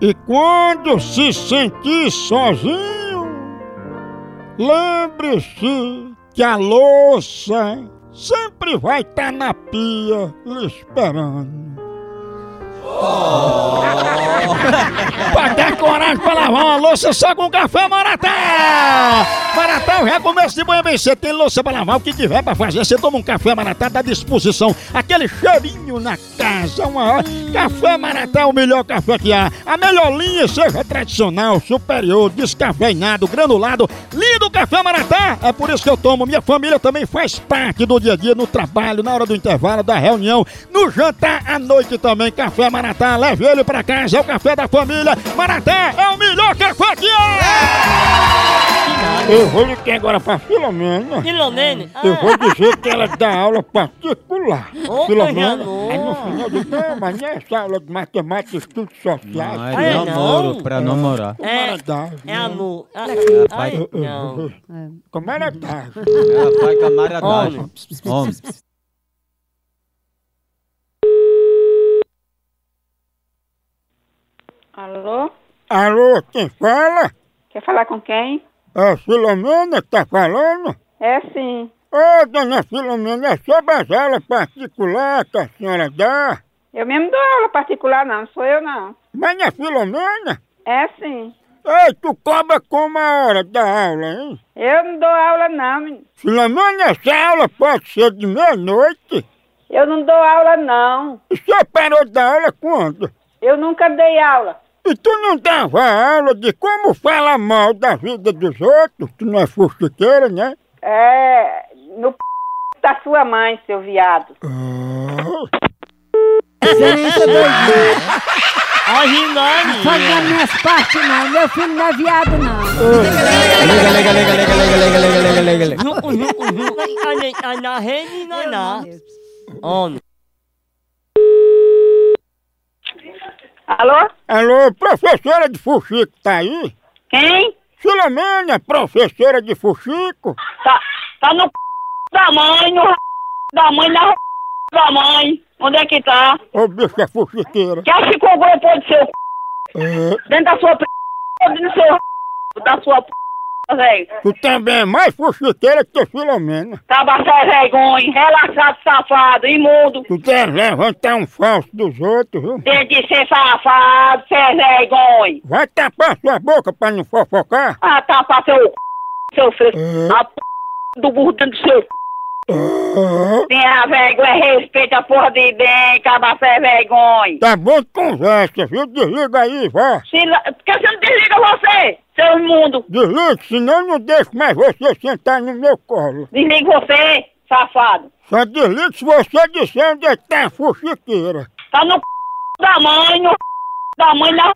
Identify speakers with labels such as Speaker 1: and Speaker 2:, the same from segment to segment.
Speaker 1: E quando se sentir sozinho, lembre-se que a louça sempre vai estar na pia lhe esperando. pra ter coragem pra lavar uma louça só com café Maratá! Maratá, já começo de manhã bem cedo, tem louça pra lavar, o que tiver pra fazer, você toma um café Maratá, tá à disposição. Aquele cheirinho na casa, uma hora. Café Maratá é o melhor café que há. A melhor linha, seja tradicional, É superior, descafeinado, granulado, lindo café Maratá! É por isso que eu tomo, minha família também faz parte do dia a dia, no trabalho, na hora do intervalo, da reunião, no jantar, à noite também, café Maratá, leve ele pra casa, é o café da família, Maratá é o melhor café que há! Eu vou ligar agora pra Filomena.
Speaker 2: Filomene?
Speaker 1: Eu vou dizer que ela dá aula particular.
Speaker 2: Ô,
Speaker 1: Filomena.
Speaker 2: Angelô.
Speaker 1: Aí no final eu digo, não, mas não é essa aula de matemática e estudos sociais.
Speaker 3: Não,
Speaker 1: Não,
Speaker 2: Ah, é
Speaker 3: é namoro,
Speaker 2: não?
Speaker 3: pra namorar.
Speaker 2: É, é amor. Ai, ai, não.
Speaker 1: Como era tá? tarde?
Speaker 3: Ela vai camaradagem.
Speaker 2: Homem.
Speaker 3: Homem.
Speaker 4: Alô?
Speaker 1: Alô, quem fala?
Speaker 4: Quer falar com quem?
Speaker 1: É a Filomena que tá falando?
Speaker 4: É sim.
Speaker 1: Ô, dona Filomena, é sobre as aulas particular que a senhora dá?
Speaker 4: Eu mesmo dou aula particular, não. Não sou eu, não.
Speaker 1: Mas na Filomena?
Speaker 4: É sim.
Speaker 1: Ei, tu cobra como a hora da aula, hein?
Speaker 4: Eu não dou aula, não, menino.
Speaker 1: Filomena, essa aula pode ser de meia-noite?
Speaker 4: Eu não dou aula, não.
Speaker 1: E você parou da aula quando?
Speaker 4: Eu nunca dei aula.
Speaker 1: E tu não dava aula de como falar mal da vida dos outros? Tu não é fustiqueira, né?
Speaker 4: É. No p... da sua mãe, seu viado.
Speaker 1: Ah,
Speaker 2: Ó, Rinani.
Speaker 5: Faz as minhas partes não, meu filho não é viado não.
Speaker 3: Liga, liga, liga, liga, liga, liga, liga, liga, liga.
Speaker 2: Jucu, jucu, jucu. Olha, olha, Na rede, não, não. Homem.
Speaker 4: Alô?
Speaker 1: Alô, professora de fuxico, tá aí?
Speaker 4: Quem?
Speaker 1: Filomena, professora de fuxico?
Speaker 4: Tá, tá no p... da mãe, no r... da mãe, na r... da mãe. Onde é que tá?
Speaker 1: Ô, bicho, é fuxiqueira.
Speaker 4: Que acha que o gol pode ser o p...
Speaker 1: É,
Speaker 4: dentro da sua p... dentro do seu r... da sua p... velho.
Speaker 1: tu também é mais fuxiqueira que teu Filomena.
Speaker 4: Tava sem vergonha, relaxado, safado, imundo.
Speaker 1: Tu quer levantar um falso dos outros, viu?
Speaker 4: Tem de ser safado, sem vergonha.
Speaker 1: Vai tapar sua boca pra não fofocar?
Speaker 4: Ah, tá pra seu c... seu fresco.
Speaker 1: Hum.
Speaker 4: A p... do burro dentro do seu c...
Speaker 1: Ah,
Speaker 4: Tem a vergonha, respeita a porra de bem, acaba sem vergonha.
Speaker 1: tá bom de conversa, viu? Desliga aí, vá.
Speaker 4: Se la- Por que você não desliga você, seu imundo?
Speaker 1: Desliga, senão eu não deixo mais você sentar no meu colo.
Speaker 4: Desliga você, safado.
Speaker 1: Só desliga se você disser onde é que tá a fuxiqueira.
Speaker 4: Tá no c... da mãe, no r... da mãe, na r...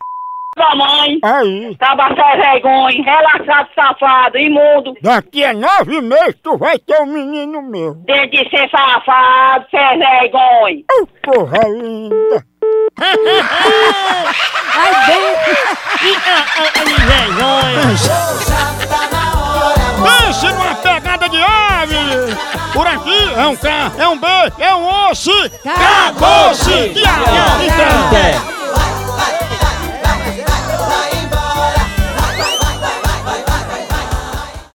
Speaker 4: da mãe.
Speaker 1: Aí,
Speaker 4: Tava sem vergonha, relaxado, safado, imundo.
Speaker 1: daqui a nove meses tu vai ter um menino meu.
Speaker 4: Tem de ser safado, sem vergonha.
Speaker 1: Ô, porra linda!
Speaker 5: Ai, bem,
Speaker 1: Pense numa pegada de ave! Por aqui é um K, é um B, é um osso! Acabou-se!
Speaker 5: Acabou-se.
Speaker 1: Diabo! Então.
Speaker 3: Até.